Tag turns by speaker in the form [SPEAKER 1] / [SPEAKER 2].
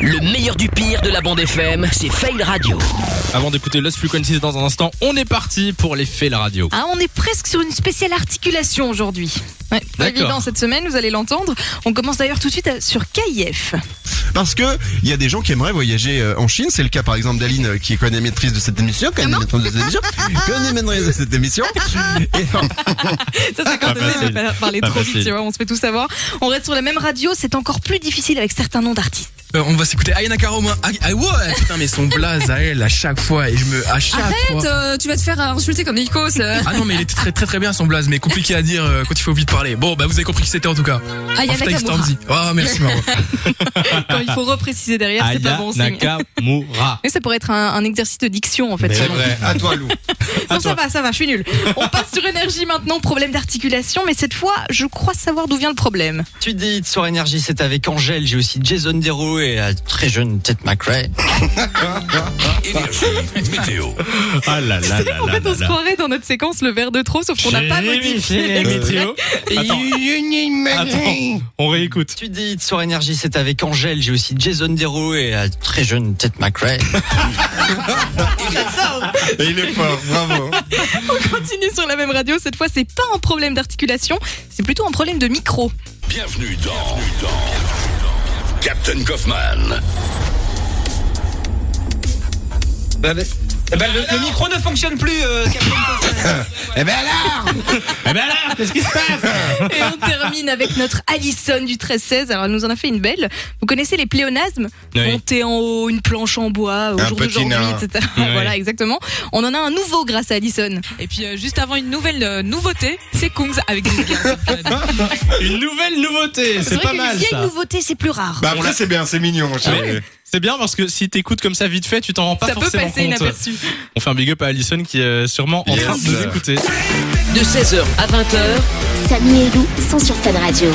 [SPEAKER 1] Le meilleur du pire de la bande FM, c'est Fail Radio.
[SPEAKER 2] Avant d'écouter Lost Frequencies dans un instant, on est parti pour les faits la radio.
[SPEAKER 3] Ah, on est presque sur une spéciale articulation aujourd'hui. Ouais, pas
[SPEAKER 2] D'accord.
[SPEAKER 3] évident cette semaine, vous allez l'entendre. On commence d'ailleurs tout de suite à- sur KIF.
[SPEAKER 4] Parce que il y a des gens qui aimeraient voyager euh, en Chine. C'est le cas par exemple d'Aline euh, qui est co-animatrice de cette émission, co-animatrice de cette émission, co-animatrice de cette émission. Et,
[SPEAKER 3] Ça, c'est
[SPEAKER 2] Ah, Pas
[SPEAKER 3] quand on sait
[SPEAKER 2] facile.
[SPEAKER 3] pas parler
[SPEAKER 2] Pas
[SPEAKER 3] trop vite,
[SPEAKER 2] facile.
[SPEAKER 3] tu vois, on se fait tout savoir. On reste sur la même radio, c'est encore plus difficile avec certains noms d'artistes.
[SPEAKER 5] Euh, on va s'écouter Ayana Karoma. Ah ouais, putain, mais son blaze à elle à chaque fois et je me à
[SPEAKER 3] Ah,
[SPEAKER 5] chaque fois.
[SPEAKER 3] Euh,
[SPEAKER 6] tu vas te faire insulter comme Nikos.
[SPEAKER 5] Ah non, mais il était très très très bien son blaze, mais compliqué à dire euh, quand il faut vite parler. Bon, bah vous avez compris qui c'était en tout cas.
[SPEAKER 3] Ah,
[SPEAKER 6] Ayana
[SPEAKER 5] Off Time
[SPEAKER 6] Kamura.
[SPEAKER 5] Stormzy. Oh, merci Maro.
[SPEAKER 3] Quand il faut repréciser derrière, c'est pas bon signe.
[SPEAKER 2] Nakamura.
[SPEAKER 3] Mais ça pourrait être un, un exercice de diction en fait.
[SPEAKER 2] Mais-
[SPEAKER 4] c'est vrai. À toi, Lou.
[SPEAKER 3] Non, ça va, ça va, je suis nulle. On passe sur énergie maintenant, problème d'articulation, mais cette fois, je crois savoir d'où vient le problème.
[SPEAKER 7] Tu dis Soir Énergie, c'est avec Angèle, j'ai aussi Jason Derulo et la très jeune Ted McRae.
[SPEAKER 2] Ah là là là
[SPEAKER 3] En
[SPEAKER 2] là
[SPEAKER 3] fait, on se
[SPEAKER 2] là.
[SPEAKER 3] croirait dans notre séquence le verre de trop, sauf qu'on n'a pas
[SPEAKER 2] J'ai vérifié
[SPEAKER 3] modifié.
[SPEAKER 2] les météos. Attends. Attends, on réécoute.
[SPEAKER 7] Tu dis Soir Énergie, c'est avec Angèle, j'ai aussi Jason Derulo et la très jeune Ted McRae.
[SPEAKER 4] Il est fort, bravo.
[SPEAKER 3] On continue sur la même radio, cette fois, c'est pas un problème d'articulation, c'est plutôt un problème de micro.
[SPEAKER 8] Bienvenue dans, Captain Kaufman.
[SPEAKER 7] Eh ben, le, micro ne fonctionne plus. euh,
[SPEAKER 4] Eh ben alors,
[SPEAKER 2] Eh ben là, qu'est-ce qui se passe
[SPEAKER 3] Et on termine avec notre Alison du 13-16. Alors, elle nous en a fait une belle. Vous connaissez les pléonasmes
[SPEAKER 2] Oui.
[SPEAKER 3] Monter en haut, une planche en bois, au
[SPEAKER 4] Un
[SPEAKER 3] jour
[SPEAKER 4] petit
[SPEAKER 3] d'aujourd'hui,
[SPEAKER 4] nain.
[SPEAKER 3] etc.
[SPEAKER 2] Oui.
[SPEAKER 3] Voilà, exactement. On en a un nouveau grâce à Alison.
[SPEAKER 9] Et puis euh, juste avant une nouvelle euh, nouveauté, c'est Kungs avec des
[SPEAKER 2] Une nouvelle nouveauté, c'est
[SPEAKER 3] vrai
[SPEAKER 2] pas
[SPEAKER 3] que les
[SPEAKER 2] mal
[SPEAKER 3] vieilles
[SPEAKER 2] ça.
[SPEAKER 3] nouveautés, c'est plus rare.
[SPEAKER 4] bah là c'est bien, c'est mignon. je-
[SPEAKER 2] Ouais. C'est bien parce que si t'écoutes comme ça vite fait, tu t'en rends pas
[SPEAKER 3] ça peut
[SPEAKER 2] forcément
[SPEAKER 3] passer
[SPEAKER 2] compte.
[SPEAKER 3] inaperçu.
[SPEAKER 2] On fait un big up à Alison qui est sûrement en
[SPEAKER 4] Yes.
[SPEAKER 2] train de nous écouter.
[SPEAKER 1] De 16h à 20h,
[SPEAKER 10] Samy et Lou sont sur Fun Radio.